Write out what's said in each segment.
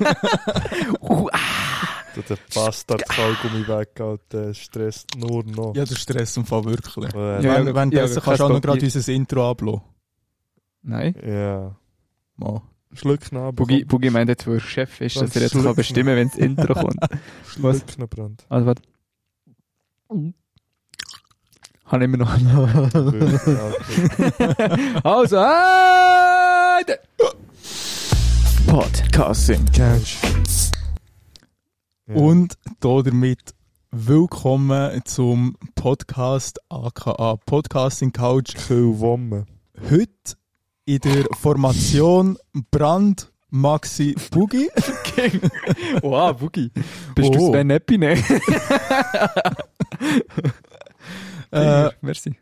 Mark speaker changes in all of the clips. Speaker 1: Uh, ah.
Speaker 2: Du, Der Bastard Fall Gummi weg, Alter. Es stresst nur noch.
Speaker 3: Ja, der Stress im Fall wirklich.
Speaker 2: Äh,
Speaker 1: Ja,
Speaker 3: Wenn, wenn
Speaker 1: ja,
Speaker 3: das
Speaker 1: ja,
Speaker 3: kannst du auch
Speaker 1: kein
Speaker 3: noch gerade
Speaker 1: Problem.
Speaker 3: unser Intro ablassen.
Speaker 1: Nein.
Speaker 2: Ja.
Speaker 3: Mal.
Speaker 2: Schlucknabel.
Speaker 1: Boogie, Boogie meint jetzt, wo er Chef ist, dass er jetzt kann bestimmen kann, wenn das Intro kommt. was?
Speaker 2: Schlucknabrand.
Speaker 1: Also, warte. Habe immer noch. also, äh, der-
Speaker 3: Podcasting.
Speaker 2: Und?
Speaker 3: Und da damit willkommen zum Podcast aka Podcasting Couch.
Speaker 2: Kühl Womme.
Speaker 3: Heute in der Formation Brand Maxi Boogie.
Speaker 1: Wow, Boogie. Bist
Speaker 3: Oh.
Speaker 1: du Sven ne? Neppi? Nein.
Speaker 3: äh,
Speaker 1: Merci.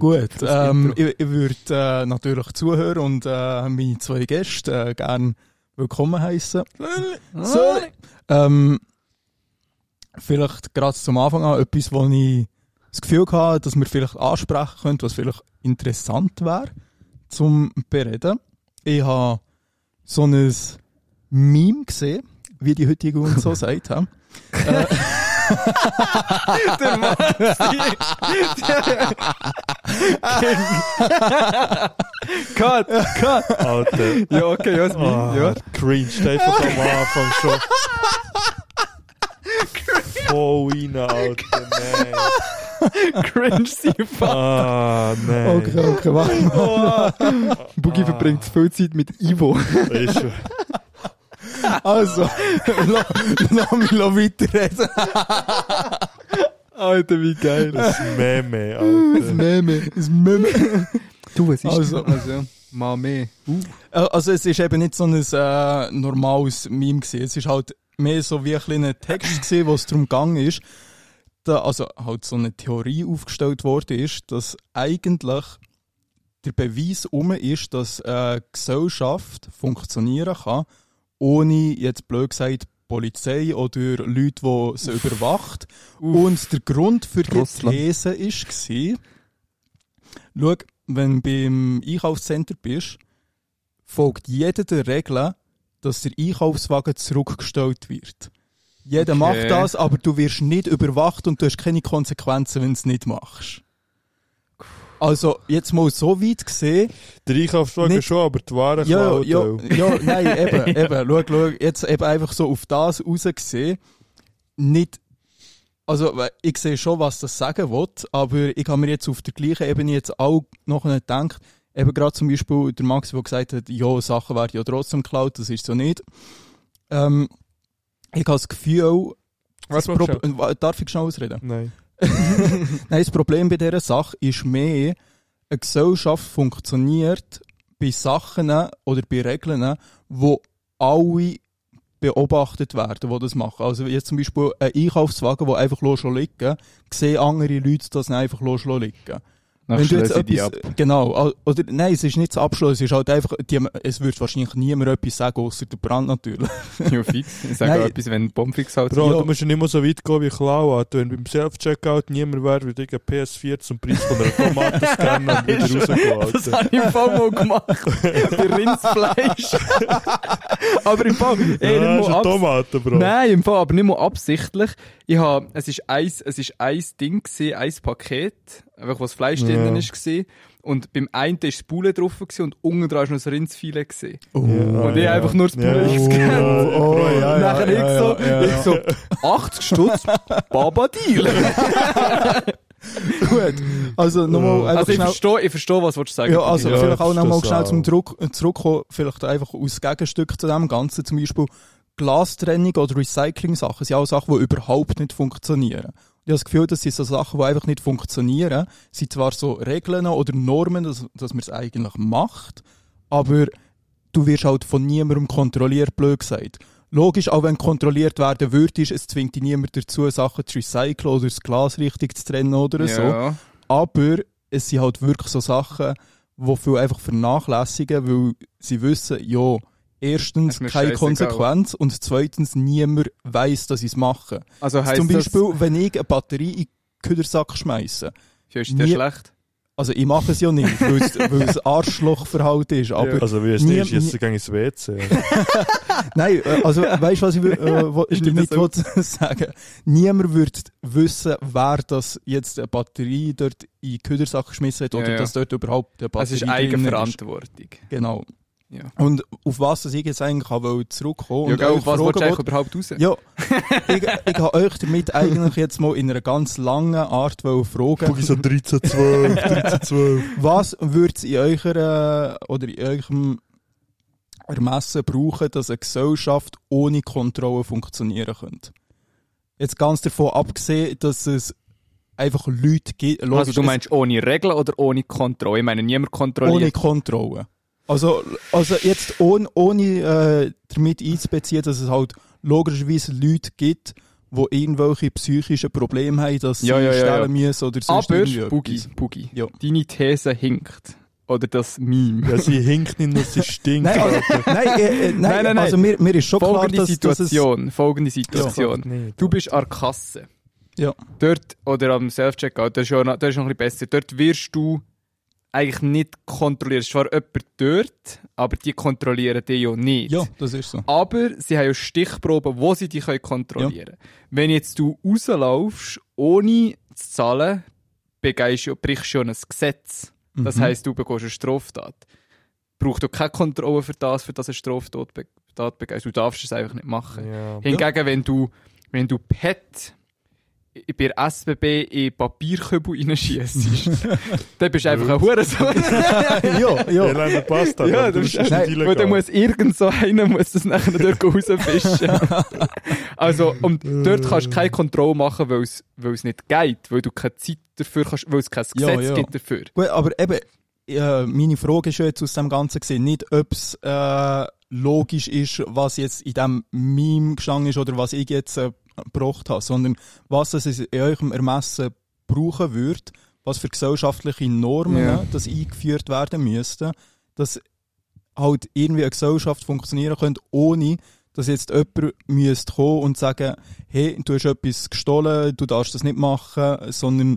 Speaker 3: gut,
Speaker 1: das
Speaker 3: ähm,
Speaker 1: Intro.
Speaker 3: ich, ich würde äh, natürlich zuhören und äh, meine zwei Gäste äh, gerne willkommen heißen. So, ähm, vielleicht gerade zum Anfang an etwas, wo ich das Gefühl hatte, dass wir vielleicht ansprechen können, was vielleicht interessant wäre zum Bereden. Ich habe so ein Meme gesehen, wie die heutige und so sagt haben.
Speaker 1: Der Cut, cut.
Speaker 2: Alter.
Speaker 1: Ja, okay, ja, das
Speaker 2: eh. Ah,
Speaker 3: Oh.
Speaker 1: Meme, ja.
Speaker 2: Cringe, der einfach am Anfang schon. Voll rein, Alter, nein.
Speaker 1: Cringe, sie fuck.
Speaker 2: Ah, nein.
Speaker 3: okay, warte mal.
Speaker 1: Boogie
Speaker 3: Ah.
Speaker 1: verbringt viel Zeit mit Ivo.
Speaker 2: Ist schon.
Speaker 3: Also, lass lass mich weiterreden.
Speaker 1: Alter, wie geil.
Speaker 2: Ein Meme, Alter.
Speaker 3: Meme, das Meme.
Speaker 1: Du, was
Speaker 3: Also-
Speaker 1: das? Also, Mame. Uh.
Speaker 3: Äh, Also es ist eben nicht so ein äh, normales Meme gewesen. Es ist halt mehr so wie ein kleiner Text gewesen, wo es darum gegangen ist, da also halt so eine Theorie aufgestellt worden ist, dass eigentlich der Beweis um ist, dass äh, Gesellschaft funktionieren kann, ohne jetzt blöd gesagt Polizei oder Leute, die sie überwacht. Und der Grund für die
Speaker 1: Russland.
Speaker 3: These ist gewesen, schau, wenn du beim Einkaufscenter bist, folgt jeder der Regel, dass der Einkaufswagen zurückgestellt wird. Jeder
Speaker 1: Okay.
Speaker 3: macht das, aber du wirst nicht überwacht und du hast keine Konsequenzen, wenn du es nicht machst. Also, jetzt mal so weit gesehen.
Speaker 2: Der Einkaufswagen
Speaker 3: Nicht-
Speaker 2: schon, aber die Waren
Speaker 3: Ja,
Speaker 2: klaut
Speaker 3: ja,
Speaker 2: auch.
Speaker 3: ja, nein, eben, eben, schau, schau, jetzt eben einfach so auf das raus gesehen. Nicht, also, we- ich sehe schon, was das sagen will, aber ich habe mir jetzt auf der gleichen Ebene jetzt auch noch nicht gedacht, eben gerade zum Beispiel der Max, der gesagt hat, ja, Sachen werden ja trotzdem geklaut, das ist so nicht. Ähm, ich habe das Gefühl,
Speaker 2: Warte mal,
Speaker 3: Pro-
Speaker 2: schnell.
Speaker 3: äh, darf ich schnell ausreden?
Speaker 2: Nein.
Speaker 3: Nein, das Problem bei dieser Sache ist mehr, eine Gesellschaft funktioniert bei Sachen oder bei Regeln, wo alle beobachtet werden, die das machen. Also jetzt zum Beispiel ein Einkaufswagen, der einfach los schon liegen, sehen andere Leute das dann einfach los schon liegen.
Speaker 1: Dann schlöse ich die ab.
Speaker 3: etwas, genau, al- oder nein, es ist nicht das Abschluss, es ist halt einfach, die, es wird wahrscheinlich niemand etwas sagen, außer der Brand natürlich.
Speaker 1: Ja, fix. Ich sage
Speaker 3: Nein.
Speaker 1: auch etwas, wenn Bombfix halt
Speaker 2: Bro,
Speaker 3: Ja.
Speaker 2: du musst ja nicht mehr so weit gehen wie Klau, Alter. Wenn beim Self-Checkout niemand wäre, würde ich eine PS4 zum Preis von einer Tomate scannen und wieder rausgehen,
Speaker 1: Das
Speaker 2: Alter.
Speaker 1: habe ich im Fall mal gemacht. Bei Rindsfleisch. aber im Fall, ey,
Speaker 2: Ja,
Speaker 1: nicht
Speaker 2: ist eine
Speaker 1: mal abs-
Speaker 2: Tomate, Bro.
Speaker 1: Nein, im Fall, aber nicht mal absichtlich. Ich habe, es ist eins, es ist eins Ding gewesen, eins Paket, einfach was Fleisch
Speaker 2: Ja.
Speaker 1: drinnen ist gewesen. Und beim einen ist das Bulle drauf gewesen und unten dran ist noch das Rindsfilet gewesen. Und ich einfach nur das Bulle gescannt.
Speaker 3: oh, ja,
Speaker 1: Nachher ich so, ich so, 80 Stutz, Baba Deal.
Speaker 3: Gut, also nochmal einfach
Speaker 1: Also ich
Speaker 3: schnell...
Speaker 1: verstehe, ich verstehe, was du sagen
Speaker 3: Ja, also
Speaker 2: Ja,
Speaker 3: vielleicht auch
Speaker 2: das
Speaker 3: nochmal
Speaker 2: das
Speaker 3: schnell zum
Speaker 2: auch.
Speaker 3: Druck, äh, zurückkommen, vielleicht einfach aus Gegenstück zu dem Ganzen, zum Beispiel Glastrennung oder Recycling-Sachen sind auch Sachen, die überhaupt nicht funktionieren. Ich habe das Gefühl, das sind so Sachen, die einfach nicht funktionieren. Es sind zwar so Regeln oder Normen, dass, dass man es eigentlich macht, aber du wirst halt von niemandem kontrolliert, blöd gesagt. Logisch, auch wenn du kontrolliert werden würdest, es zwingt dich niemand dazu, Sachen zu recyceln oder das Glas richtig zu trennen oder so.
Speaker 1: Ja.
Speaker 3: Aber es sind halt wirklich so Sachen, die viele einfach vernachlässigen, weil sie wissen, ja, erstens
Speaker 1: Ist mir
Speaker 3: keine
Speaker 1: scheißegal.
Speaker 3: Konsequenz und zweitens niemand weiß, dass ich es mache.
Speaker 1: Also heisst
Speaker 3: Zum
Speaker 1: das,
Speaker 3: Beispiel, wenn ich eine Batterie in den Kühlersack schmeiße,
Speaker 1: findest du das
Speaker 3: nie-
Speaker 1: schlecht?
Speaker 3: Also ich mache es ja nicht, weil es- weil es Arschlochverhalten ist, aber...
Speaker 2: Also wie es
Speaker 3: Nie-
Speaker 2: ist, jetzt gehe ins WC.
Speaker 3: Nein, äh, also weißt du, was ich will, äh, wo-
Speaker 1: Stimmt
Speaker 3: damit
Speaker 1: das auch?
Speaker 3: will sagen Niemand würde wissen, wer das jetzt eine Batterie dort in die Küdersache geschmissen hat oder
Speaker 1: Ja, ja.
Speaker 3: dass dort überhaupt eine
Speaker 1: Es
Speaker 3: Batterie
Speaker 1: ist
Speaker 3: drin
Speaker 1: Eigenverantwortung.
Speaker 3: Genau.
Speaker 1: Ja.
Speaker 3: Und auf was ich jetzt eigentlich auch wollte zurückkommen
Speaker 1: Ja,
Speaker 3: und
Speaker 1: gell,
Speaker 3: euch
Speaker 1: auf was
Speaker 3: fragen
Speaker 1: willst du eigentlich
Speaker 3: wollte-
Speaker 1: überhaupt raus? Also,
Speaker 3: ja, ich, ich habe euch damit eigentlich jetzt mal in einer ganz langen Art wollen
Speaker 2: Guck ich
Speaker 3: fragen,
Speaker 2: so 13, 12, 13, 12.
Speaker 3: was würde es in eurer äh, oder in eurem Ermessen brauchen, dass eine Gesellschaft ohne Kontrolle funktionieren könnte? Jetzt ganz davon abgesehen, dass es einfach Leute gibt,
Speaker 1: also
Speaker 3: logisch,
Speaker 1: du
Speaker 3: es-
Speaker 1: meinst ohne Regeln oder ohne Kontrolle? Ich meine, niemand
Speaker 3: ohne
Speaker 1: kontrolliert.
Speaker 3: Kontrolle. Also, also jetzt ohne, ohne äh, damit einzubeziehen, dass es halt logischerweise Leute gibt, die irgendwelche psychischen Probleme haben, dass sie
Speaker 1: Ja, ja, ja,
Speaker 3: stellen müssen oder sonst
Speaker 1: Aber,
Speaker 3: irgendwie
Speaker 1: Bugi,
Speaker 3: etwas.
Speaker 1: Bugi,
Speaker 3: Ja.
Speaker 1: deine These hinkt. Oder das Meme.
Speaker 2: Ja, sie hinkt nicht nur, sie stinkt.
Speaker 3: Nein, also, nein, äh, äh, nein,
Speaker 1: Nein, nein,
Speaker 3: also mir, mir ist schon
Speaker 1: folgende,
Speaker 3: klar, dass, dass es...
Speaker 1: Situation, folgende Situation.
Speaker 2: Nicht.
Speaker 1: Du bist an der Kasse.
Speaker 3: Ja. Dort,
Speaker 1: Oder am Self-Checkout. Das ist, ja noch, das ist noch ein bisschen besser. Dort wirst du eigentlich nicht kontrolliert. Es ist zwar jemand dort, aber die kontrollieren dich ja nicht.
Speaker 3: ja, das ist so.
Speaker 1: Aber sie haben ja Stichproben, wo sie dich können kontrollieren können. Wenn jetzt du rauslaufst, ohne zu zahlen, begehst du- brichst du schon ein Gesetz. Das
Speaker 3: Mhm.
Speaker 1: heisst, du begehst eine Straftat. Braucht du keine Kontrolle für das, für das eine Straftat be- Tat begehst. Du darfst es einfach nicht machen.
Speaker 2: Ja.
Speaker 1: Hingegen, wenn du, wenn du PET i- bei der SBB in Papierkübel reinschießt, dann bist du einfach ein Hurensohn.
Speaker 3: ja, ja.
Speaker 2: Elende Pasta,
Speaker 1: Ja,
Speaker 2: aber du
Speaker 1: das
Speaker 2: bist
Speaker 1: ist-
Speaker 2: nicht
Speaker 3: nein,
Speaker 2: illegal.
Speaker 1: Weil dann muss irgend so einer muss das nachher dort rausfischen. also, und dort kannst du keine Kontrolle machen, weil es weil es nicht geht, weil du keine Zeit dafür kannst, weil es kein
Speaker 3: Ja,
Speaker 1: Gesetz
Speaker 3: ja.
Speaker 1: gibt dafür.
Speaker 3: Gut, aber eben, äh, meine Frage ist ja jetzt aus dem Ganzen gesehen, nicht ob es äh, logisch ist, was jetzt in diesem Meme gestanden ist oder was ich jetzt äh, gebracht habe, sondern was es in eurem Ermessen brauchen würde, was für gesellschaftliche Normen äh,
Speaker 1: Ja.
Speaker 3: das eingeführt werden müssten, dass halt irgendwie eine Gesellschaft funktionieren könnte, ohne dass jetzt jemand müsste kommen und sagen, hey, du hast etwas gestohlen, du darfst das nicht machen, sondern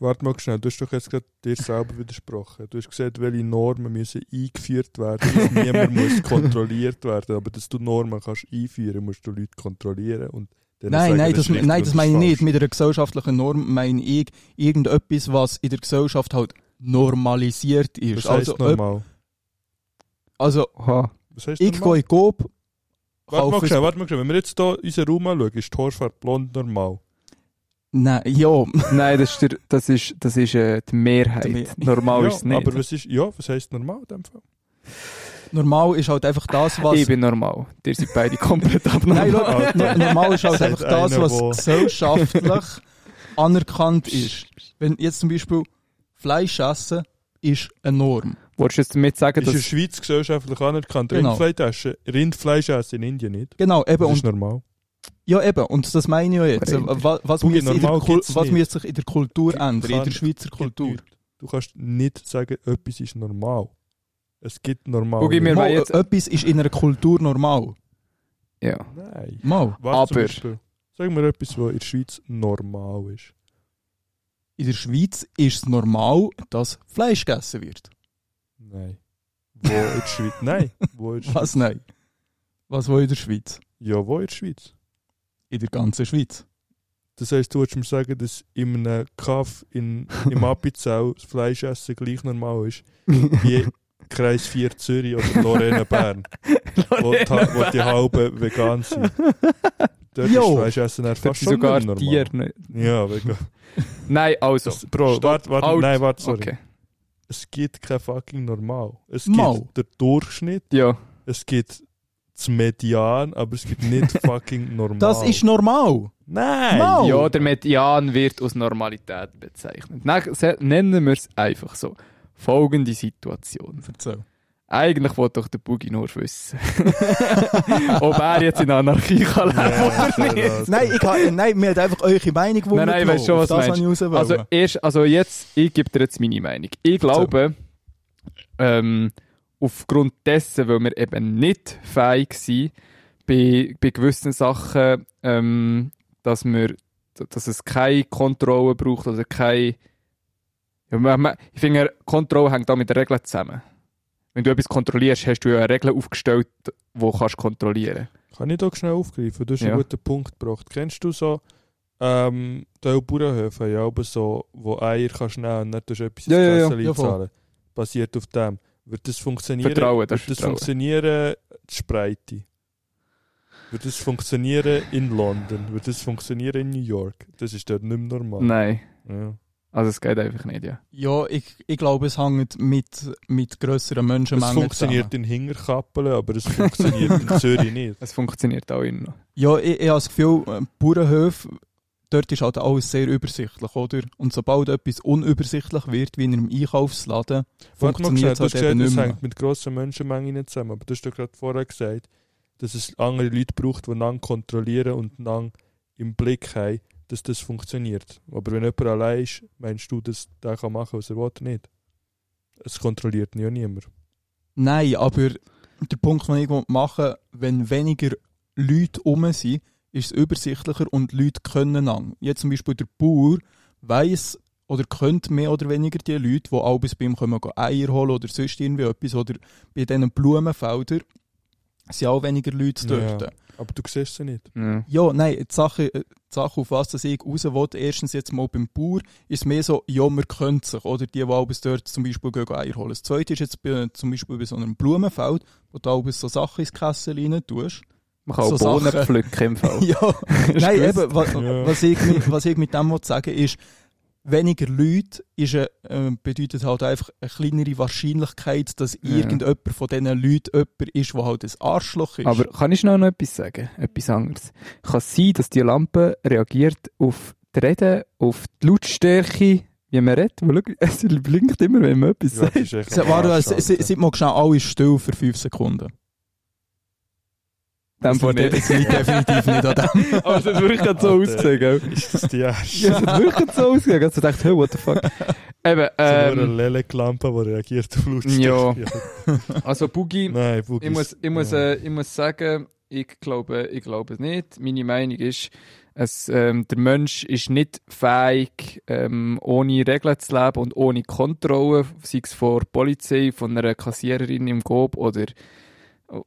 Speaker 2: Warte mal schnell, du hast doch jetzt gerade dir selber widersprochen. Du hast gesagt, welche Normen müssen eingeführt werden, dass niemand muss kontrolliert werden. Aber dass du Normen kannst einführen, musst du Leute kontrollieren und denen
Speaker 3: Nein,
Speaker 2: sagen,
Speaker 3: nein,
Speaker 2: das
Speaker 3: das,
Speaker 2: ist richtig
Speaker 3: nein,
Speaker 2: und
Speaker 3: das meine ich
Speaker 2: falsch.
Speaker 3: nicht. Mit einer gesellschaftlichen Norm meine ich irgendetwas, was in der Gesellschaft halt normalisiert ist.
Speaker 2: Was heisst
Speaker 3: also, ob-
Speaker 2: normal?
Speaker 3: also
Speaker 2: Was heisst
Speaker 3: ich gehe
Speaker 2: normal?
Speaker 3: in Coop,
Speaker 2: Warte mal
Speaker 3: kaufe-
Speaker 2: schnell, warte mal schnell. Wenn wir jetzt hier unseren Raum anschauen, ist die Haarfarbe blond normal.
Speaker 3: Nein, ja,
Speaker 1: Nein, das ist, das ist, das ist äh, die Mehrheit.
Speaker 3: Die Mehrheit.
Speaker 1: Normal
Speaker 2: ja,
Speaker 1: ist es nicht.
Speaker 2: aber was ist, ja, was heisst normal in dem Fall?
Speaker 3: normal ist halt einfach das, was...
Speaker 1: Ich bin normal. Ihr seid beide komplett
Speaker 3: Nein,
Speaker 1: abnormal.
Speaker 3: schau, no- normal ist halt
Speaker 2: Sagt
Speaker 3: einfach das,
Speaker 2: einer,
Speaker 3: was
Speaker 2: wo-
Speaker 3: gesellschaftlich anerkannt ist. Wenn jetzt zum Beispiel Fleisch essen, ist eine Norm.
Speaker 1: Wolltest du jetzt damit sagen,
Speaker 2: Ist in der
Speaker 1: dass...
Speaker 2: Schweiz gesellschaftlich anerkannt.
Speaker 3: Genau.
Speaker 2: Rindfleisch essen, Rindfleisch essen in Indien nicht.
Speaker 3: Genau, eben.
Speaker 2: Das
Speaker 3: Und
Speaker 2: ist normal.
Speaker 3: Ja, eben, und das meine ich ja jetzt.
Speaker 1: Reden.
Speaker 3: Äh, wa- Was,
Speaker 2: Bugi,
Speaker 3: müsste in der
Speaker 2: normal
Speaker 3: Kul-
Speaker 2: gibt's
Speaker 3: was
Speaker 2: nicht.
Speaker 3: müsste sich in der Kultur
Speaker 2: Kann-
Speaker 3: ändern, in der Schweizer Kultur?
Speaker 2: Gibt nichts. Du kannst nicht sagen, etwas ist normal. Es gibt normal.
Speaker 1: Guck ich mir- Wir
Speaker 3: Mal,
Speaker 1: wollen jetzt-
Speaker 3: äh, etwas ist in einer Kultur normal.
Speaker 1: Ja.
Speaker 2: Nein.
Speaker 3: Mal.
Speaker 2: Was
Speaker 1: Aber-
Speaker 2: Sagen wir etwas, was in der Schweiz normal ist.
Speaker 3: In der Schweiz ist es normal, dass Fleisch gegessen wird.
Speaker 2: Nein. Wo in der Schweiz? Nein. Wo in der Schweiz?
Speaker 3: Was nein? Was wohl in der Schweiz?
Speaker 2: Ja, wo in der Schweiz?
Speaker 3: In der ganzen Schweiz.
Speaker 2: Das heisst, du willst mir sagen, dass in einem Kaff in, im Apizau das Fleischessen gleich normal ist wie Kreis 4 Zürich oder Lorena Bern, wo, die, ha- wo die halben vegan sind. Dort
Speaker 3: Jo.
Speaker 2: ist Fleischessen dann
Speaker 1: Dort
Speaker 2: fast
Speaker 1: sind
Speaker 2: schon
Speaker 1: sogar
Speaker 2: nicht normal.
Speaker 1: Tiere nicht.
Speaker 2: Ja, vegan.
Speaker 1: Nein, also.
Speaker 2: Das- Bro,
Speaker 1: Stopp.
Speaker 2: warte, warte,
Speaker 1: Out.
Speaker 2: nein, warte, sorry.
Speaker 1: Okay.
Speaker 2: Es gibt kein fucking Normal. Es
Speaker 3: Mal.
Speaker 2: gibt den Durchschnitt,
Speaker 1: Ja.
Speaker 2: es gibt das Median, aber es gibt nicht fucking Normal.
Speaker 3: Das ist normal.
Speaker 2: Nein!
Speaker 3: Mal. Oh.
Speaker 1: Ja, der Median wird aus Normalität bezeichnet. Nach- se- Nennen wir es einfach so. Folgende Situation.
Speaker 3: Erzähl.
Speaker 1: Eigentlich wollte doch der Boogie nur wissen, ob er jetzt in Anarchie kann leben
Speaker 2: Ja,
Speaker 1: oder nicht.
Speaker 2: Alter.
Speaker 3: Nein, ich ha, nein, mir hat einfach eure Meinung gewundert.
Speaker 1: Nein, nein, ich weiss schon,
Speaker 3: Auf
Speaker 1: was du
Speaker 3: das
Speaker 1: meinst.
Speaker 3: habe ich raus
Speaker 1: Also,
Speaker 3: wollen.
Speaker 1: erst, also jetzt, ich gebe dir jetzt meine Meinung. Ich glaube, ähm, aufgrund dessen, weil wir eben nicht fähig sind, bei, bei gewissen Sachen, ähm, dass, wir, dass es keine Kontrolle braucht oder keine Ja, man, man, ich finde, Kontrolle hängt auch mit den Regeln zusammen. Wenn du etwas kontrollierst, hast du ja eine Regel aufgestellt, die du kannst kontrollieren
Speaker 2: Kann ich da schnell aufgreifen? Du hast
Speaker 1: Ja.
Speaker 2: einen guten Punkt gebracht. Kennst du so ähm, die Bauernhöfe, ja, aber so, wo Eier kannst nehmen und dann tust du etwas
Speaker 1: Ja, ja, ja.
Speaker 2: Kässeli
Speaker 3: Ja, voll.
Speaker 2: zahlen? Basiert auf dem. Wird das funktionieren?
Speaker 1: Vertrauen, das
Speaker 2: Wird
Speaker 1: ist
Speaker 2: das
Speaker 1: Vertrauen.
Speaker 2: funktionieren, die Spreite? Wird das funktionieren in London? Wird das funktionieren in New York? Das ist dort nicht mehr normal.
Speaker 1: Nein,
Speaker 2: Ja.
Speaker 1: also es geht einfach nicht, ja.
Speaker 3: Ja, ich, ich glaube, es hängt mit, mit grösseren
Speaker 2: Es
Speaker 3: Menschenmengen
Speaker 2: funktioniert in Hingerkappeln, aber es funktioniert in Zürich nicht.
Speaker 1: Es funktioniert auch immer noch.
Speaker 3: Ja, ich, ich habe das Gefühl, äh, Bauernhöfe, dort ist halt alles sehr übersichtlich, oder? Und sobald etwas unübersichtlich wird, wie in einem Einkaufsladen,
Speaker 2: Warte mal schnell,
Speaker 3: funktioniert
Speaker 2: du
Speaker 3: es
Speaker 2: hast
Speaker 3: halt eben
Speaker 2: gesagt,
Speaker 3: nicht
Speaker 2: es
Speaker 3: mehr.
Speaker 2: hängt mit grossen Menschenmengen nicht zusammen. Aber du hast doch gerade vorher gesagt, dass es andere Leute braucht, die lang kontrollieren und lang im Blick haben, dass das funktioniert. Aber wenn jemand allein ist, meinst du, dass der kann machen, was er will, nicht? Es kontrolliert ihn ja niemand.
Speaker 3: Nein, aber der Punkt, den ich machen will, wenn weniger Leute um sind, ist es übersichtlicher und Leute können an. Jetzt zum Beispiel der Bauer weiß oder könnte mehr oder weniger die Leute, die auch bei ihm kommen, gehen Eier holen oder sonst irgendwie etwas, oder bei diesen Blumenfeldern sind auch weniger Leute
Speaker 2: Ja.
Speaker 3: dort.
Speaker 2: Aber du siehst sie nicht.
Speaker 1: Ja.
Speaker 3: Ja, nein, die Sache, äh, die Sache auf was dass ich raus will, erstens jetzt mal beim Bauer, ist mehr so, ja, man könnte sich, oder die, die abends dort zum Beispiel gehen, gehen Eier holen. Das zweite ist jetzt bei, zum Beispiel bei so einem Blumenfeld, wo du abends so Sachen ins Kessel rein tust.
Speaker 1: Man kann
Speaker 3: So
Speaker 1: auch Bohnen
Speaker 3: Sachen.
Speaker 1: pflücken im Fall.
Speaker 3: Ja, nein,
Speaker 1: gewusst?
Speaker 3: eben, was,
Speaker 2: Ja.
Speaker 3: was, ich, mit- was ich mit dem will sagen ist, weniger Leute ist, äh, äh, bedeutet halt einfach eine kleinere Wahrscheinlichkeit, dass
Speaker 1: Ja.
Speaker 3: irgendjemand von diesen Leuten jemand ist, der halt ein Arschloch ist.
Speaker 1: Aber kann ich schnell noch etwas sagen? Etwas anderes. Kann es sein, dass die Lampe reagiert auf die Reden, auf die Lautstärke, wie man redet? Weil, schau, es blinkt immer, wenn man etwas
Speaker 2: Ja, das
Speaker 1: sagt.
Speaker 2: ist echt
Speaker 3: Se-
Speaker 2: am
Speaker 3: Warte,
Speaker 2: Arsch,
Speaker 3: se- se-
Speaker 2: Alter.
Speaker 3: seid mal schnell alle still für 5 Sekunden.
Speaker 1: Dem
Speaker 3: Das
Speaker 1: von
Speaker 3: liegt-
Speaker 1: nicht.
Speaker 3: das liegt definitiv nicht an dem.
Speaker 1: Aber es hat wirklich gerade so
Speaker 2: Alter.
Speaker 1: ausgesehen, gell?
Speaker 2: Ist das die Arsch?
Speaker 1: Ja, es hat wirklich gerade so ausgesehen. Also dachte, hey, what the fuck. Eben,
Speaker 2: Das ist nur eine
Speaker 1: ähm,
Speaker 2: Leleklampe, die reagiert auf
Speaker 1: Ja.
Speaker 2: Lautstärke.
Speaker 1: also Boogie,
Speaker 2: Nein, wirklich.
Speaker 1: ich muss, ich, muss,
Speaker 2: ja.
Speaker 1: äh, ich muss sagen, ich glaube, ich glaube es nicht. Meine Meinung ist, es, ähm, der Mensch ist nicht fähig, ähm, ohne Regeln zu leben und ohne Kontrolle, sei es von der Polizei, von einer Kassiererin im Gob oder äh,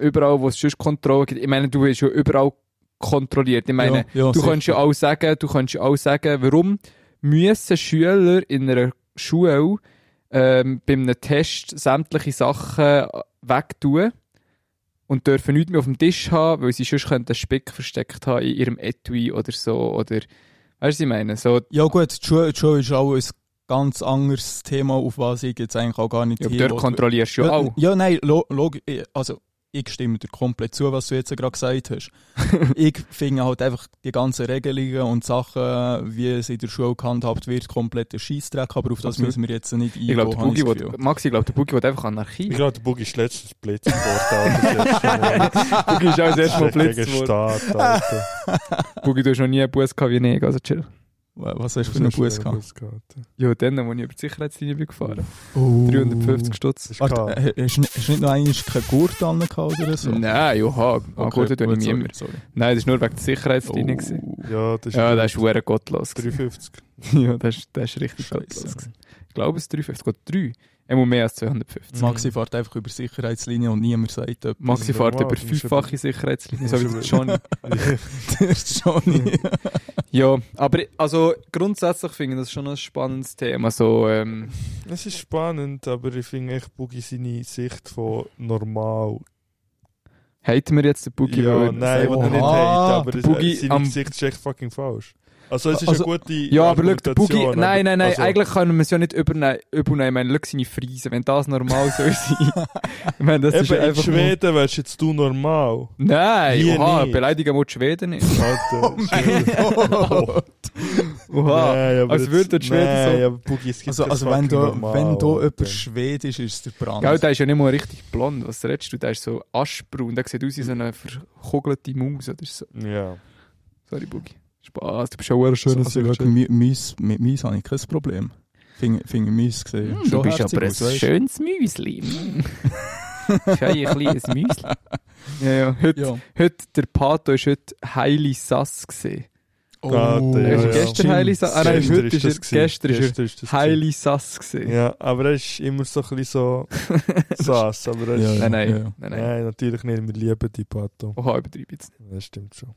Speaker 1: überall, wo es sonst Kontrolle gibt. Ich meine, du bist ja überall kontrolliert. Ich meine,
Speaker 3: ja, ja,
Speaker 1: Du kannst ja auch sagen, du kannst ja auch sagen, warum müssen Schüler in einer Schule ähm, bei einem Test sämtliche Sachen wegtun und dürfen nichts mehr auf dem Tisch haben, weil sie sonst könnten Spick versteckt haben in ihrem Etui oder so oder weißt du, was ich meine? So,
Speaker 3: ja gut, die Schule, die Schule ist auch ein ganz anderes Thema, auf was ich jetzt eigentlich auch gar nicht
Speaker 1: ja, aber
Speaker 3: hin
Speaker 1: dort
Speaker 3: will.
Speaker 1: kontrollierst du ja
Speaker 3: ja,
Speaker 1: auch.
Speaker 3: ja, nein, lo, log, ich- also ich stimme dir komplett zu, was du jetzt gerade gesagt hast. ich finde halt einfach die ganzen Regelungen und Sachen, wie es in der Schule gehandhabt wird, kompletter Scheissdreck, aber auf das
Speaker 1: Absolut.
Speaker 3: müssen wir jetzt nicht
Speaker 1: Ich glaube, der
Speaker 3: habe
Speaker 1: Boogie
Speaker 3: das
Speaker 1: will,
Speaker 3: Gefühl.
Speaker 1: Maxi, ich glaube, der Boogie will einfach
Speaker 2: ich
Speaker 1: Anarchie.
Speaker 2: glaube, der Bug ist letztes Blitz geworden.
Speaker 1: Boogie ist auch das erste Mal
Speaker 2: Gegen
Speaker 1: blitzt worden.
Speaker 2: Staat, Alter.
Speaker 1: Boogie, du hast noch nie einen Bus gehabt wie ich, also chill.
Speaker 3: Was hast du für einen Fuß gehabt?
Speaker 1: Ja, dann, als ich über die Sicherheitslinie bin gefahren.
Speaker 3: Oh.
Speaker 1: 350 Stutz.
Speaker 3: Warte, äh, hast du nicht- hast du nicht noch einmal keinen Gurt an gehabt oder so?
Speaker 1: Nein, joha, angehört okay,
Speaker 3: gut,
Speaker 1: ich mich
Speaker 3: sorry,
Speaker 1: immer.
Speaker 3: sorry.
Speaker 1: Nein, das war nur wegen der Sicherheitslinie. gewesen.
Speaker 3: Oh.
Speaker 2: Ja, das ist,
Speaker 1: Ja, das war verdammt gottlos. gewesen.
Speaker 2: 350.
Speaker 1: ja, das ist, das ist richtig
Speaker 3: Scheisse.
Speaker 1: gottlos. gewesen. Ich glaube, es ist 350. Gut, 3. Er muss mehr als 250.
Speaker 2: Mhm.
Speaker 3: Maxi fährt einfach über die Sicherheitslinie und niemand sagt etwas.
Speaker 1: Maxi
Speaker 2: normal,
Speaker 1: fährt über
Speaker 2: du musst
Speaker 1: fünffache Sicherheitslinie, so wie der
Speaker 2: musst
Speaker 1: Johnny.
Speaker 3: Der
Speaker 2: Mhm.
Speaker 3: Johnny.
Speaker 1: ja, aber also grundsätzlich finde ich das schon ein spannendes Thema. So, ähm,
Speaker 2: Es ist spannend, aber ich finde echt Boogie seine Sicht von normal.
Speaker 1: haten wir jetzt den Boogie? weil
Speaker 2: ja,
Speaker 1: er-
Speaker 2: nein, was er nicht
Speaker 3: Oha,
Speaker 2: hat, aber es,
Speaker 1: Boogie
Speaker 2: seine
Speaker 1: am-
Speaker 2: Sicht ist echt fucking falsch. Also es ist
Speaker 3: Also-
Speaker 2: eine gute
Speaker 1: Ja, aber schau, der Boogie,
Speaker 2: Argumentation,
Speaker 1: nein, nein, nein,
Speaker 2: also,
Speaker 1: eigentlich können wir es ja nicht übernehmen. übernehmen. Ich meine, schau seine Friese, wenn das normal soll sein. ich meine, das ist
Speaker 2: eben in
Speaker 1: einfach... nur-
Speaker 2: Schweden wärst jetzt du normal.
Speaker 1: Nein,
Speaker 2: Hier
Speaker 1: oha,
Speaker 2: nicht.
Speaker 1: beleidigen wir die Schweden nicht. Oh
Speaker 2: Alter, Oh,
Speaker 3: Also,
Speaker 1: Oha.
Speaker 2: Nein, aber
Speaker 1: als
Speaker 2: jetzt-
Speaker 1: würden die Schweden
Speaker 2: nein,
Speaker 1: so-
Speaker 2: aber Boogie, es gibt
Speaker 3: also,
Speaker 2: kein
Speaker 3: also wenn da,
Speaker 2: fucking normal,
Speaker 3: wenn da
Speaker 2: Alter.
Speaker 3: jemand schwedisch ist, ist der Brand.
Speaker 1: Gell, der ist ja nicht mal richtig blond. Was redest du? Der ist so aschbraun. Der sieht aus wie so eine verkugelte Maus oder so.
Speaker 2: Ja.
Speaker 1: Sorry, Boogie. Spaß, du bist auch ein
Speaker 3: also,
Speaker 1: schöner
Speaker 3: also, schau, Mi- Mies- mit Mies habe ich kein Problem. Finde finde ich Mies gesehen.
Speaker 1: Hm,
Speaker 2: Hm,
Speaker 1: Du bist
Speaker 3: herzig
Speaker 1: aber ein
Speaker 3: aus, weisst du?
Speaker 1: schönes Müsli. Schau, ein kleines Müsli. Ja, ja. Heute,
Speaker 3: Ja.
Speaker 1: heute, der Pato ist heute Heili Sass gesehen.
Speaker 2: Ah,
Speaker 1: Er
Speaker 2: Ja,
Speaker 1: ist
Speaker 2: ja.
Speaker 1: gestern Heili Sass. Ah, nein,
Speaker 2: Gestern
Speaker 1: heute
Speaker 2: ist
Speaker 1: ist er,
Speaker 2: das gewesen.
Speaker 1: gestern ist
Speaker 2: Gestern ist
Speaker 1: er
Speaker 2: das
Speaker 1: Heili Sass
Speaker 2: gewesen.
Speaker 1: gewesen.
Speaker 2: Ja, aber er ist immer so ein bisschen so sass. Aber er ist,
Speaker 3: Ja, ja.
Speaker 1: Nein, nein,
Speaker 3: ja.
Speaker 1: nein, nein.
Speaker 2: Nein, natürlich nicht. Wir lieben die Pato.
Speaker 1: Oha, übertreibe jetzt nicht.
Speaker 2: Das stimmt schon.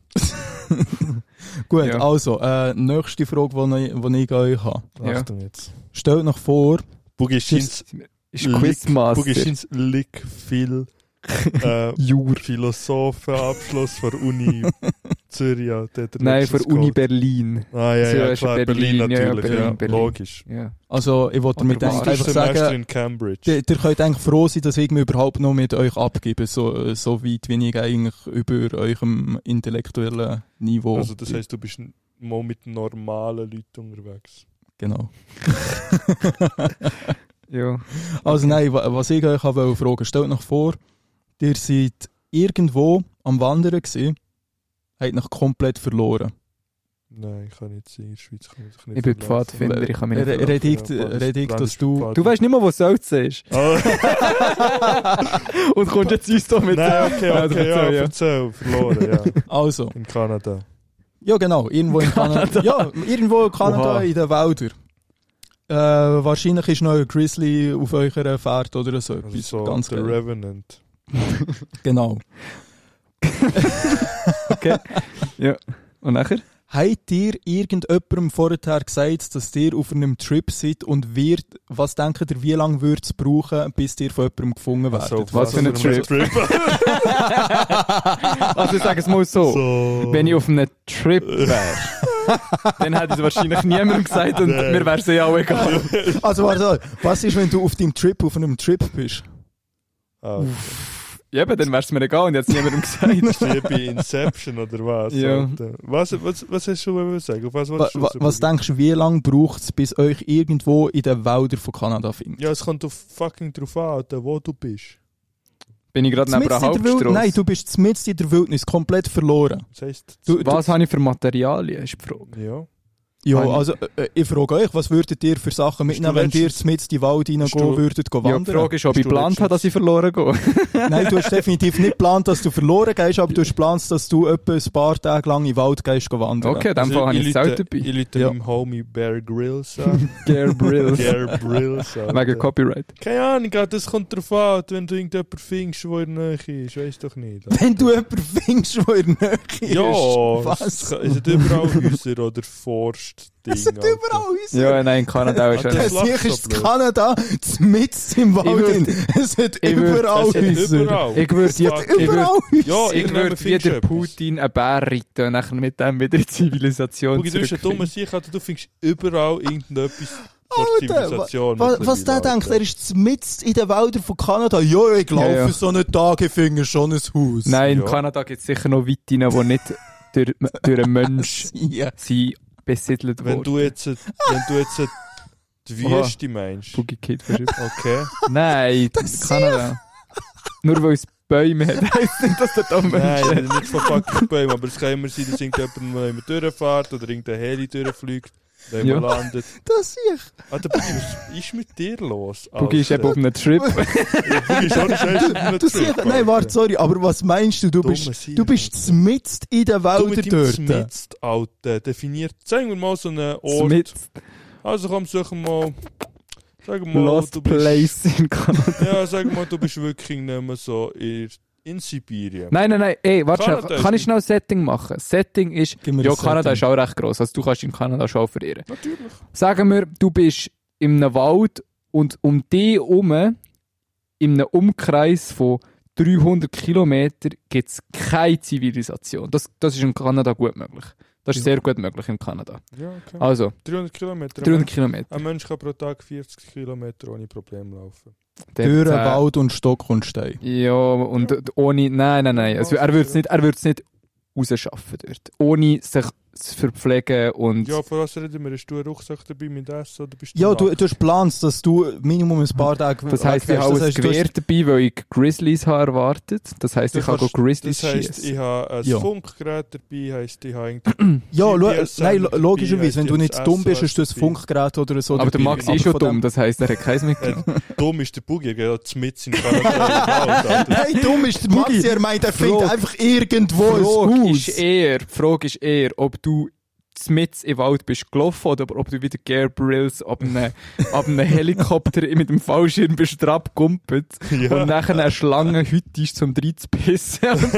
Speaker 3: Gut,
Speaker 1: Ja.
Speaker 3: also, äh, nächste Frage, die ich, die ich an euch habe.
Speaker 1: Ja.
Speaker 2: Achtung jetzt.
Speaker 3: Stellt euch vor,
Speaker 2: Bugishins
Speaker 1: Ist
Speaker 2: Lick-
Speaker 1: Quizmaster.
Speaker 2: Bugishins liegt viel äh,
Speaker 1: Jur.
Speaker 2: Philosophenabschluss von Uni Zürich. ja, dort hat er
Speaker 1: Nein, für
Speaker 2: letztens
Speaker 1: Uni
Speaker 2: geholt.
Speaker 1: Berlin.
Speaker 2: Ah, ja,
Speaker 1: Zürich
Speaker 2: ja,
Speaker 1: ist
Speaker 2: klar,
Speaker 1: Berlin,
Speaker 2: Berlin,
Speaker 1: ja, ja,
Speaker 2: natürlich.
Speaker 1: Berlin,
Speaker 2: ja,
Speaker 1: Berlin.
Speaker 2: Logisch. Ah,
Speaker 1: Ja.
Speaker 3: also ich wollte
Speaker 1: Oder
Speaker 3: damit
Speaker 1: was?
Speaker 3: eigentlich
Speaker 1: Kannst du
Speaker 3: einfach
Speaker 2: Einfach Semester
Speaker 3: sagen,
Speaker 2: in Cambridge.
Speaker 3: ihr, ihr könnt eigentlich froh sein, dass ich mir überhaupt noch mit euch abgebe, so, so weit wie ich eigentlich über eurem intellektuellen Niveau
Speaker 2: Also das
Speaker 3: bin.
Speaker 2: heisst, du bist n- mal mit normalen Leuten unterwegs.
Speaker 3: Genau.
Speaker 1: Ja.
Speaker 3: Also nein, wa- was ich euch wollte fragen, stellt euch vor, ihr seid irgendwo am Wandern gewesen, habt noch komplett verloren.
Speaker 2: Nein, ich kann nicht sein. In der Schweiz kann ich mich nicht
Speaker 1: Ich bin
Speaker 2: verlaufen.
Speaker 1: Pfadfinder, ich kann mich nicht
Speaker 3: Re-
Speaker 1: verlaufen.
Speaker 3: Red ich,
Speaker 2: Ja,
Speaker 3: red ich, dass
Speaker 2: Pfadfinder.
Speaker 3: du...
Speaker 1: Du weißt nicht mal, wo Salz ist.
Speaker 2: Ah,
Speaker 1: Und kommst jetzt uns doch mit
Speaker 2: Nein, okay,
Speaker 1: Ja,
Speaker 2: okay, ja,
Speaker 1: erzähl, ja.
Speaker 2: erzähl. Verloren, ja.
Speaker 3: Also,
Speaker 2: In Kanada.
Speaker 3: ja genau, irgendwo in Kanada. Ja, irgendwo in Kanada
Speaker 1: Oha.
Speaker 3: in den Wäldern. Äh, wahrscheinlich ist noch ein Grizzly auf eurer Fahrt oder so
Speaker 2: Also
Speaker 3: etwas.
Speaker 2: so
Speaker 3: ganz
Speaker 2: The
Speaker 3: geil.
Speaker 2: Revenant.
Speaker 3: Genau.
Speaker 1: Und nachher?
Speaker 3: Habt ihr irgendjemandem vorher gesagt, dass ihr auf einem Trip seid und wird, was denkt ihr, wie lange würde es brauchen, bis ihr von jemandem gefunden werdet?
Speaker 2: Also,
Speaker 1: Was für ein Trip. also ich sage es mal so.
Speaker 2: So.
Speaker 1: Wenn ich auf einem Trip wäre, dann hätte ich es wahrscheinlich niemandem gesagt und
Speaker 2: Nein.
Speaker 1: mir wäre es ja auch egal.
Speaker 3: Also, warte, was ist, wenn du auf deinem Trip, auf einem Trip bist?
Speaker 2: Ah,
Speaker 1: Ja, eben, dann wäre es mir egal und jetzt niemandem gesagt.
Speaker 2: wie bei Inception oder was? eh,
Speaker 1: Ja.
Speaker 2: Alter. Was, was, was hast du wollen sagen? Auf was
Speaker 3: Wa
Speaker 2: wolltest du
Speaker 3: wa was
Speaker 2: rausbringen?
Speaker 3: denkst du, wie lange braucht es, bis euch irgendwo in den Wäldern von Kanada findet?
Speaker 2: Ja, es kommt auf fucking eh, drauf an, Alter, wo du bist.
Speaker 1: Bin ich gerade neben einer
Speaker 3: Mitten in der Wild-
Speaker 1: Hauptstrasse?
Speaker 3: Nein, du bist mitten in der Wildnis, komplett verloren.
Speaker 2: Das heisst,
Speaker 3: Du, du,
Speaker 1: Was habe ich für Materialien, ist die Frage.
Speaker 2: ja.
Speaker 3: ja,
Speaker 1: Nein.
Speaker 3: also, äh, ich frage euch, was würdet ihr für Sachen
Speaker 2: Bist du
Speaker 3: mitnehmen, wenn ihr
Speaker 2: letztens-
Speaker 3: mitten in den Wald reingehen
Speaker 2: du-
Speaker 3: würdet, go
Speaker 1: Ja, die
Speaker 3: wandern?
Speaker 1: Frage ist, ob ich
Speaker 2: Bist du
Speaker 1: geplant habe,
Speaker 2: letztens-
Speaker 1: dass ich verloren gehe.
Speaker 3: Nein, du hast definitiv nicht geplant, dass du verloren gehst, aber du hast geplant, dass du etwa ein paar Tage lang in den Wald gehst go wandern.
Speaker 1: Okay, in
Speaker 2: Dus
Speaker 1: dem Fall habe ich Salz
Speaker 2: Also Leute,
Speaker 1: dabei.
Speaker 2: Ich Leute
Speaker 3: Ja.
Speaker 2: im Homie Bear Grylls an.
Speaker 1: Gare Brills.
Speaker 2: Bear Grylls eh. an.
Speaker 1: Wegen Copyright.
Speaker 2: Keine Ahnung, Alter, das kommt drauf an, Alter, wenn du irgendjemanden findest, der in der Nähe ist. Weißt doch nicht. Alter.
Speaker 3: Wenn du jemanden findest, der in der Nähe
Speaker 2: eh. Ja,
Speaker 3: ist,
Speaker 2: es
Speaker 3: was?
Speaker 2: kann- es sind überall Häuser oder Forst. eh?
Speaker 3: Es sind
Speaker 2: Alter.
Speaker 3: überall Häuser.
Speaker 1: Ja, nein, in Kanada ist
Speaker 2: Ah,
Speaker 1: er.
Speaker 2: das-
Speaker 3: Sicher
Speaker 2: lacht so
Speaker 3: ist
Speaker 2: blöd.
Speaker 3: Kanada mitten im Wald.
Speaker 1: würd-
Speaker 3: drin. es hat
Speaker 1: ich würd-
Speaker 3: überall
Speaker 2: Es sind
Speaker 3: Häuser.
Speaker 2: überall.
Speaker 1: Ich würde
Speaker 2: Ja,
Speaker 1: jetzt, ich würde,
Speaker 3: Überall Häuser.
Speaker 2: Ja,
Speaker 1: ich
Speaker 2: irgendwann
Speaker 1: würde wie
Speaker 2: findest
Speaker 1: der
Speaker 2: du etwas.
Speaker 1: Putin einen Bär reiten und nachher mit dem wieder in die Zivilisation
Speaker 2: Schau, du bist ein dummer
Speaker 1: zurückfinden.
Speaker 2: Sieg, Alter, du findest überall irgendetwas von
Speaker 3: Alter,
Speaker 2: Zivilisation.
Speaker 3: Was, was der
Speaker 2: mittlerweile,
Speaker 3: denkt,
Speaker 2: Alter.
Speaker 3: er ist mitten in den Wäldern von Kanada. Ja, ich laufe
Speaker 1: Ja, ja.
Speaker 3: so einen Tag, ich finde schon ein Haus.
Speaker 1: Nein, in
Speaker 2: Ja.
Speaker 1: Kanada gibt es sicher noch Weiten, die nicht durch, durch einen Mensch
Speaker 3: Ja.
Speaker 1: sind besiedelt
Speaker 2: Wenn
Speaker 1: worden.
Speaker 2: du jetzt, wenn du jetzt die
Speaker 1: Oha.
Speaker 2: Wüste meinst,
Speaker 1: Boogie Kid verschieben.
Speaker 2: okay.
Speaker 1: Nein,
Speaker 3: ist
Speaker 1: Kanada. Nur weil es Bäume hat, heisst nicht, dass der dumm
Speaker 2: Nein,
Speaker 1: Mensch
Speaker 2: das ist nicht von fucking Bäumen, aber es kann immer sein, dass irgendjemand mal jemand durchfährt oder irgendein Heli durchfliegt, dann
Speaker 1: Ja.
Speaker 2: ja. landet.
Speaker 3: Das ich.
Speaker 2: Alter, Boogie, was ist mit dir los? Alter?
Speaker 1: Boogie ist eben auf einem Trip.
Speaker 2: Boogie ist auch nicht scheiße auf einem
Speaker 3: Du
Speaker 2: Trip,
Speaker 3: sicher.
Speaker 2: Alter.
Speaker 3: Nein, warte, sorry, aber was meinst du? Du
Speaker 2: Dummer
Speaker 3: bist,
Speaker 2: Sieg,
Speaker 3: du bist mitten in den
Speaker 2: Du mit
Speaker 3: Wäldern
Speaker 2: dem
Speaker 3: dort.
Speaker 2: Smidst, Alter, definiert. Sagen wir mal so einen Ort.
Speaker 1: Mit
Speaker 2: Also komm, suchen mal. Sagen wir mal,
Speaker 1: Lost
Speaker 2: du bist.
Speaker 1: Place in Kanada.
Speaker 2: Ja, sag mal, du bist wirklich nicht mehr so in, in Sibirien.
Speaker 1: Nein, nein, nein, ey, warte schnell.
Speaker 2: Kanada ist
Speaker 1: Kann ich
Speaker 2: nicht-
Speaker 1: schnell ein Setting machen? Setting ist,
Speaker 3: Gib mir
Speaker 1: ja,
Speaker 3: das
Speaker 1: Kanada
Speaker 3: Setting.
Speaker 1: ist auch recht gross. Also du kannst in Kanada schon auch verirren.
Speaker 2: Natürlich.
Speaker 1: Sagen wir, du bist in einem Wald und um dich herum, in einem Umkreis von 300 Kilometern, gibt es keine Zivilisation. Das, das ist in Kanada gut möglich. Das ist sehr gut möglich in Kanada.
Speaker 2: Ja, okay.
Speaker 1: Also,
Speaker 2: 300 Kilometer.
Speaker 1: 300 Kilometer.
Speaker 2: Ein Mensch kann pro Tag 40 Kilometer ohne Probleme laufen.
Speaker 1: Der-
Speaker 3: Dürren,
Speaker 1: der-
Speaker 3: Wald und Stock und Stein.
Speaker 1: Ja, und ohne. Nein, nein, nein. Also, er würde es nicht, er würd's nicht rausschaffen dort. Ohne sich zu verpflegen und.
Speaker 2: Ja, von was reden wir? Hast du einen Rucksack dabei mit Essen oder bist du
Speaker 3: Ja, du,
Speaker 2: nackt?
Speaker 3: du hast geplant, dass du Minimum ein paar Tage
Speaker 1: Das heisst, ich
Speaker 3: wegfährst.
Speaker 1: habe
Speaker 3: Das
Speaker 1: ein
Speaker 3: heisst, du hast-
Speaker 1: Gewehr dabei, weil ich Grizzlies habe erwartet. Das heisst,
Speaker 2: Du
Speaker 1: ich kann
Speaker 2: kannst-
Speaker 1: Grizzlies
Speaker 2: Das heisst,
Speaker 1: schießen.
Speaker 2: ich habe ein
Speaker 3: Ja.
Speaker 2: Funkgerät dabei, heisst, ich habe irgendein
Speaker 3: Ja, lo
Speaker 2: GPS
Speaker 3: nein, lo
Speaker 2: dabei,
Speaker 3: logischerweise, wenn du
Speaker 2: hast
Speaker 3: nicht
Speaker 2: jetzt
Speaker 3: dumm bist,
Speaker 2: SOS
Speaker 3: hast du ein
Speaker 2: dabei.
Speaker 3: Funkgerät oder so.
Speaker 1: Aber der
Speaker 3: dabei.
Speaker 1: Max
Speaker 3: Aber
Speaker 1: ist schon
Speaker 3: von dem-
Speaker 1: dumm, das heisst, er hat keins mitgenommen.
Speaker 2: Dumm ist der Boogie, er geht auch mit in Kanada.
Speaker 3: Nein, dumm ist der
Speaker 1: Boogie,
Speaker 3: Max, er meint, er findet
Speaker 1: Frage.
Speaker 3: einfach irgendwo
Speaker 1: Die
Speaker 3: ein
Speaker 1: Frage
Speaker 3: Haus.
Speaker 1: ist eher, die Frage ist eher, ob du mit im Wald bist gelaufen oder ob du wieder Garebrills ab einem, ab einem Helikopter mit dem Fallschirm bist abgumpelt
Speaker 2: Ja.
Speaker 1: und nachher eine Schlange hütest, um reinzupissen und die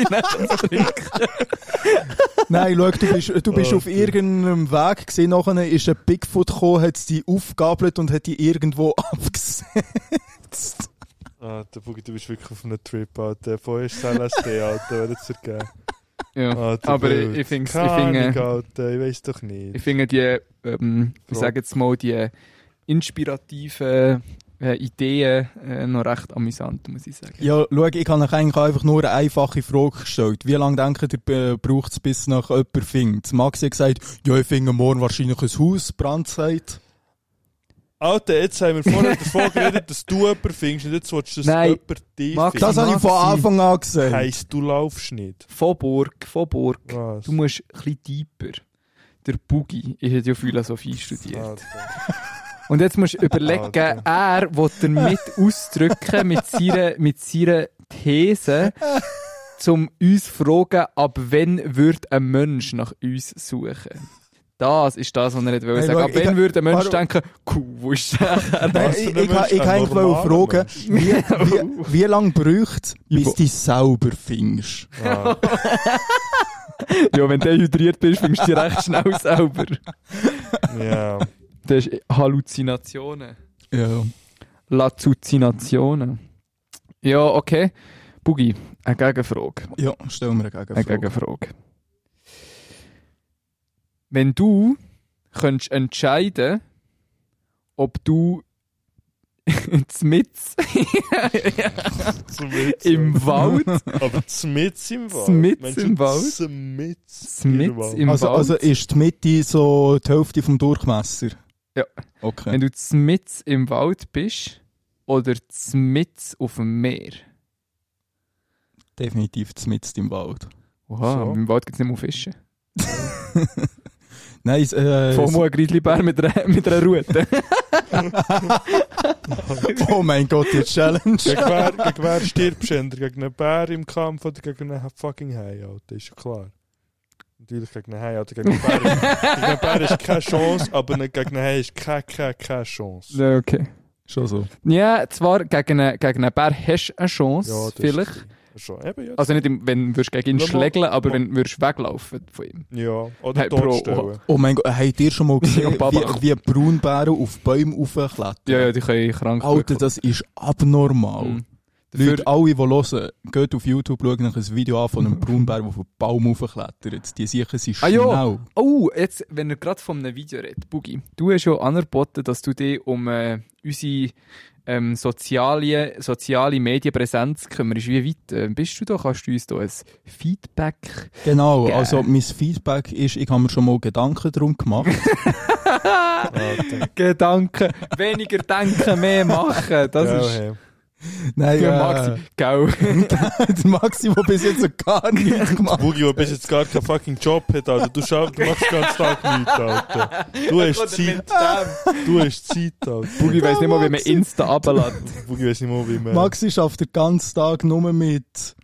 Speaker 1: Mitte nachher zu trinken.
Speaker 3: Nein, schau, du bist, du bist
Speaker 2: Oh,
Speaker 3: auf irgendeinem Weg gesehen, nachher ist ein Bigfoot gekommen, hat sie aufgabelt und hat die irgendwo abgesetzt.
Speaker 2: Ah, der Boogie, du bist wirklich auf einem Trip, Alter. Vorher ist es LSD, Alter, wenn es ergeben.
Speaker 1: Ja.
Speaker 2: Alter,
Speaker 1: Aber
Speaker 2: wild.
Speaker 1: ich, ich finde, ich
Speaker 2: Keine Ahnung,
Speaker 1: finde,
Speaker 2: Alter, ich weiß doch nicht.
Speaker 1: ich finde die, ähm, ich sage jetzt mal, die inspirativen äh, Ideen äh, noch recht amüsant, muss ich sagen.
Speaker 3: Ja, schau, ich habe euch eigentlich einfach nur eine einfache Frage gestellt. Wie lange denkt ihr, braucht es, bis nach jemand findet? Maxi hat gesagt, ja, ich finde morgen wahrscheinlich ein Haus, Brandzeit.
Speaker 2: Alter, jetzt haben wir vorher davon geredet, dass du jemanden findest und jetzt willst du, dass
Speaker 1: Nein.
Speaker 2: jemand dich
Speaker 1: Max,
Speaker 3: Das
Speaker 2: findet.
Speaker 3: habe ich von
Speaker 1: Maxi.
Speaker 3: Anfang an gesehen.
Speaker 2: Heisst, du laufst nicht.
Speaker 1: Von Burg, von Burg.
Speaker 2: Was?
Speaker 1: Du musst ein bisschen tiefer. Der Boogie, ich hätte ja Philosophie studiert.
Speaker 2: Alter.
Speaker 1: Und jetzt musst du überlegen,
Speaker 2: Alter.
Speaker 1: er will damit ausdrücken, mit seiner, mit seiner These, um uns zu fragen, ab wann wird ein Mensch nach uns suchen? Das ist das, was er nicht will
Speaker 3: Hey,
Speaker 1: sagen.
Speaker 3: schau,
Speaker 1: Ab
Speaker 3: ich-
Speaker 1: wann würde ein Mensch
Speaker 3: Warum-
Speaker 1: denken, cool, wo ist der?
Speaker 3: Nein,
Speaker 2: Was
Speaker 3: Äh, ich,
Speaker 2: für
Speaker 3: ich,
Speaker 2: ein
Speaker 3: ich,
Speaker 2: Mensch?
Speaker 3: ich,
Speaker 2: Ein
Speaker 3: eigentlich
Speaker 2: normaler
Speaker 3: wollte fragen,
Speaker 2: Mensch?
Speaker 3: wie, wie, wie lange braucht bis
Speaker 1: Ivo.
Speaker 3: du dich selber findest?
Speaker 2: Ah,
Speaker 1: ja, wenn du dehydriert bist, findest du dich recht schnell selber.
Speaker 2: Ja.
Speaker 1: Das ist Halluzinationen.
Speaker 3: Ja.
Speaker 1: Lazuzinationen. Ja, okay. Boogie, eine Gegenfrage.
Speaker 3: Ja, stellen wir eine
Speaker 1: Eine
Speaker 3: Gegenfrage.
Speaker 1: Gegenfrage. Wenn du könntest entscheiden ob du mitten
Speaker 2: Zmitz.
Speaker 1: im Wald,
Speaker 2: Aber Zmitz im Wald.
Speaker 1: Zmitz
Speaker 2: Meinst
Speaker 1: im
Speaker 2: du
Speaker 1: Wald?
Speaker 2: Zmitz.
Speaker 1: mitten im
Speaker 3: Also,
Speaker 1: Wald,
Speaker 3: also ist die Mitte so die Hälfte vom Durchmesser?
Speaker 1: Ja.
Speaker 3: Okay.
Speaker 1: wenn du mitten im Wald bist oder mitten auf dem Meer.
Speaker 3: Definitiv mitten im Wald.
Speaker 1: Oha,
Speaker 2: So.
Speaker 1: im Wald gibt es nicht mehr Fische.
Speaker 3: Nein, es, äh,
Speaker 1: Vor mir ein Grizzlybär mit einer, mit einer Rute.
Speaker 3: es- oh mein Gott, die Challenge.
Speaker 2: Gegen wer, gegen wer stirbst du? entweder Gegen einen Bär im Kampf oder gegen einen fucking Hai, Alter? Ist ja klar. Natürlich gegen einen Hai, Alter. Gegen einen Bär, gegen einen Bär ist keine Chance, aber nicht gegen einen Hai ist keine, keine, keine Chance.
Speaker 1: Ja, okay.
Speaker 3: Schon so.
Speaker 1: Ja, zwar gegen einen, gegen einen Bär hast du eine Chance,
Speaker 2: Ja, das
Speaker 1: vielleicht.
Speaker 2: ist- Schon, eben, ja.
Speaker 1: Also nicht, im, wenn würdest gegen ihn
Speaker 2: Nur mal-
Speaker 1: schlägeln, aber
Speaker 2: mal-
Speaker 1: wenn würdest weglaufen von ihm.
Speaker 2: ja, oder hey,
Speaker 1: Hey, Bro,
Speaker 2: totstellen.
Speaker 3: Oh mein Gott, habt ihr schon mal gesehen,
Speaker 1: Ja, Baba.
Speaker 3: wie, wie Braunbären auf Bäume raufklettern?
Speaker 1: Ja, ja, die können krank
Speaker 3: Alter, das ist
Speaker 2: Oh.
Speaker 3: abnormal.
Speaker 1: Mhm.
Speaker 3: Leute, alle, die hören, geht auf YouTube, schaut nach ein Video an von einem Braunbär, der auf einen Baum raufklettert. Die sicher sind
Speaker 1: Ah,
Speaker 3: schnell.
Speaker 1: ja. Oh, jetzt, wenn ihr gerade von einem Video redet, Boogie, du hast ja angeboten, dass du dich um äh, unsere ähm, soziale, soziale Medienpräsenz kümmerst. Wie weit äh, bist du da? Kannst du uns da ein Feedback?
Speaker 3: Genau,
Speaker 1: Geil.
Speaker 3: also mein Feedback ist, ich habe mir schon mal Gedanken darum gemacht.
Speaker 2: Alter.
Speaker 1: Gedanken, weniger denken, mehr machen. Das
Speaker 2: ja,
Speaker 1: ist
Speaker 2: hey.
Speaker 3: Nein, äh,
Speaker 1: der Maxi. Gell?
Speaker 3: der Maxi, der bis jetzt noch gar nichts gemacht hat.
Speaker 2: Boogie, der bis jetzt gar keinen fucking Job hat, Alter. Du, schau, du machst den ganzen Tag nichts, Alter. Du hast Zeit, du hast Zeit, Alter.
Speaker 1: Boogie weiss nicht mal, wie man
Speaker 3: Maxi.
Speaker 1: Insta runterlässt.
Speaker 2: Boogie weiß nicht mal, wie man...
Speaker 3: Maxi schafft den ganzen Tag nur mit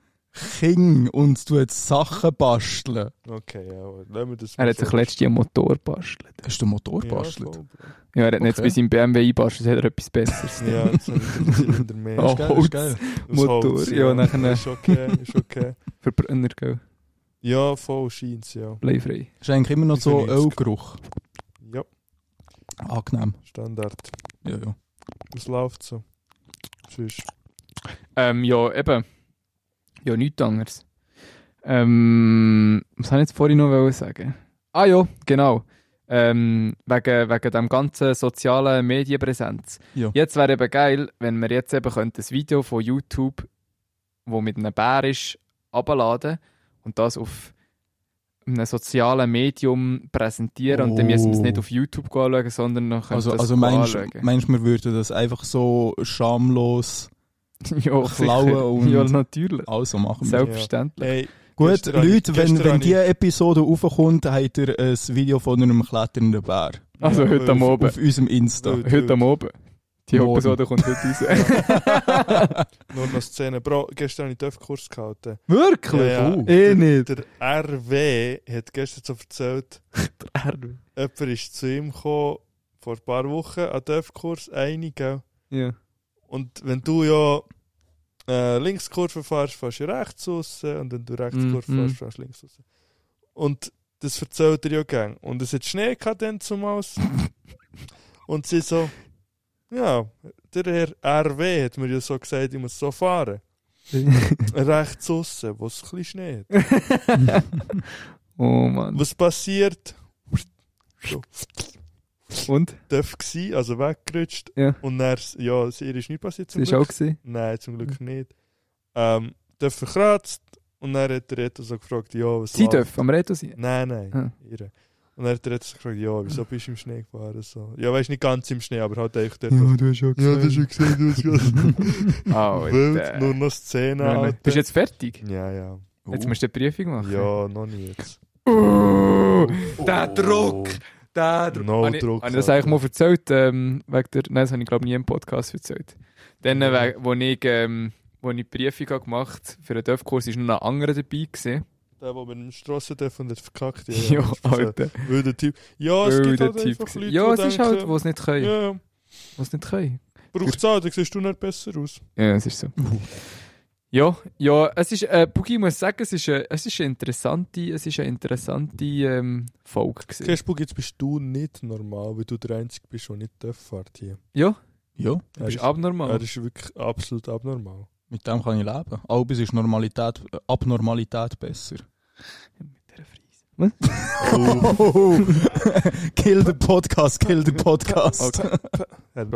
Speaker 3: King und tut Sachen basteln.
Speaker 2: Okay, ja, aber lassen wir das
Speaker 1: Er
Speaker 2: mal
Speaker 1: hat
Speaker 2: so
Speaker 1: sich letztens einen Motor bastelt.
Speaker 3: Hast du einen Motor
Speaker 2: Ja,
Speaker 3: gebastelt?
Speaker 2: voll, Bro.
Speaker 1: Ja, er hat nicht
Speaker 3: Okay.
Speaker 1: bei seinem BMW einbastelt, hat dus er etwas Besseres.
Speaker 2: Ja, jetzt habe ich den Zylinder mehr.
Speaker 1: Oh,
Speaker 3: Ist geil, ist
Speaker 1: Holz.
Speaker 3: geil.
Speaker 2: Aus
Speaker 1: Motor, ja, nachher-
Speaker 2: Ist okay, ist okay.
Speaker 1: Verbrenner, gell?
Speaker 2: Ja, voll scheint's, ja.
Speaker 1: Bleifrei.
Speaker 3: Ist eigentlich immer noch so
Speaker 2: 95.
Speaker 3: Ölgeruch.
Speaker 2: Ja,
Speaker 3: Angenehm.
Speaker 2: Standard.
Speaker 3: Ja, ja.
Speaker 2: Es läuft so. Tschüss.
Speaker 1: Ähm, ja, eben. Ja, nichts anderes. Ähm, was wollte ich jetzt vorhin noch wollen sagen? Ah ja, genau. Ähm, wegen, wegen dem ganzen sozialen Medienpräsenz.
Speaker 3: Ja.
Speaker 1: Jetzt wäre eben geil, wenn wir jetzt eben könnten das Video von YouTube, wo mit einem Bär ist, abladen und das auf einem sozialen Medium präsentieren und dann
Speaker 3: Oh.
Speaker 1: müssen wir es nicht auf YouTube anschauen, sondern noch
Speaker 3: Also,
Speaker 1: das
Speaker 3: also
Speaker 1: go
Speaker 3: meinst
Speaker 1: anschauen.
Speaker 3: meinst du, wir würden das einfach so schamlos...
Speaker 1: ja,
Speaker 3: klauen
Speaker 1: sicher.
Speaker 3: und-
Speaker 1: ja, natürlich.
Speaker 3: Also machen wir.
Speaker 1: Selbstverständlich.
Speaker 2: Hey,
Speaker 3: Gut,
Speaker 2: gestern
Speaker 3: Leute,
Speaker 2: habe ich-
Speaker 3: wenn,
Speaker 2: gestern
Speaker 3: wenn
Speaker 2: habe ich-
Speaker 3: diese Episode raufkommt, habt ihr ein Video von einem kletternden Bär.
Speaker 1: Also
Speaker 2: Ja,
Speaker 1: heute am
Speaker 2: auf-
Speaker 1: Abend.
Speaker 3: Auf unserem Insta.
Speaker 2: Weil-
Speaker 1: Heute am Abend. Die
Speaker 3: Morgen.
Speaker 1: Episode kommt heute raus.
Speaker 2: Nur noch Szene. Bro, gestern habe ich einen Kurs gehalten.
Speaker 1: Wirklich?
Speaker 2: Ja, ja.
Speaker 1: Uh. Eh nicht.
Speaker 2: Der RW hat gestern so erzählt, jemand ist zu ihm gekommen, vor ein paar Wochen, an den Kurs einigen.
Speaker 1: Ja.
Speaker 2: Und wenn du ja äh, Linkskurve fährst, fährst du rechts raus. Und wenn du Rechtskurve
Speaker 1: Mm, mm.
Speaker 2: fährst, fährst du links raus. Und das erzählt er ja gern. Und es hat Schnee gehabt dann zumal. und sie so, ja, der Herr RW hat mir ja so gesagt, ich muss so fahren. rechts raus, wo es ein bisschen Schnee hat.
Speaker 1: oh Mann.
Speaker 2: Was passiert? So,
Speaker 1: Und?
Speaker 2: darf gsi, also weggerutscht.
Speaker 1: Ja.
Speaker 2: Und dann, ja, es- ihr ist nicht passiert zum
Speaker 1: Das
Speaker 2: Glück.
Speaker 1: war auch. Gewesen.
Speaker 2: Nein, zum
Speaker 1: Mhm.
Speaker 2: Glück nicht. Ähm, der verkratzt und dann hat der Reto so gefragt, ja, was
Speaker 1: Sie
Speaker 2: läuft?
Speaker 1: dürfen am Reto sein.
Speaker 2: Nein, nein,
Speaker 1: Ah.
Speaker 2: ihre. Und dann hat der Reto so gefragt, ja, wieso bist du im Schnee gefahren? So. Ja, weißt nicht ganz im Schnee, aber halt echt dort. Ja,
Speaker 3: du hast schon
Speaker 2: das hast du gesehen, du hast gerade- Wild, nur
Speaker 1: Ah, Alter.
Speaker 2: noch Szene,
Speaker 1: Nein,
Speaker 2: Alter.
Speaker 1: Bist du jetzt fertig?
Speaker 2: Ja, ja.
Speaker 1: Jetzt musst du die Prüfung machen.
Speaker 2: Ja, noch nie jetzt. Oh.
Speaker 1: Uh, der Druck! Der Druck!
Speaker 2: No
Speaker 1: Habe ich-
Speaker 2: Druck,
Speaker 1: Habe ich das
Speaker 2: Alter.
Speaker 1: eigentlich mal erzählt? Ähm, wegen der, nein, das habe ich glaube ich, nie im Podcast erzählt. Dann,
Speaker 2: Ja.
Speaker 1: äh, wo ich, ähm, wo ich die Prüfung habe gemacht habe, für den Dörfkurs, war noch ein anderer dabei. Gewesen.
Speaker 2: Der, der mit dem Strassendeff und hat verkackt.
Speaker 1: Ja,
Speaker 2: das ist
Speaker 1: Alter.
Speaker 2: Wilder Typ. Ja, es gibt
Speaker 1: Wilder
Speaker 2: halt
Speaker 1: Typ
Speaker 2: einfach
Speaker 1: gewesen.
Speaker 2: Leute,
Speaker 1: Ja,
Speaker 2: die
Speaker 1: es ist
Speaker 2: denken,
Speaker 1: halt, wo es nicht können.
Speaker 2: Ja, ja.
Speaker 1: Wo es nicht können.
Speaker 2: Braucht es auch, dann siehst du nicht besser aus.
Speaker 1: Ja, es ist so. Ja, ja, es ist, äh, Boogie, ich muss sagen, es ist, äh, es ist eine interessante, es ist eine interessante ähm, Folge gewesen.
Speaker 2: Facebook, jetzt bist du nicht normal, weil du der Einzige bist, der nicht darf fährt hier.
Speaker 1: Ja,
Speaker 3: Ja,
Speaker 1: du bist
Speaker 2: er, ist,
Speaker 1: abnormal.
Speaker 2: er ist wirklich absolut abnormal.
Speaker 3: mit dem kann ich leben. Albis ist Normalität, äh, Abnormalität besser. kill the podcast, kill the podcast.
Speaker 2: Er hat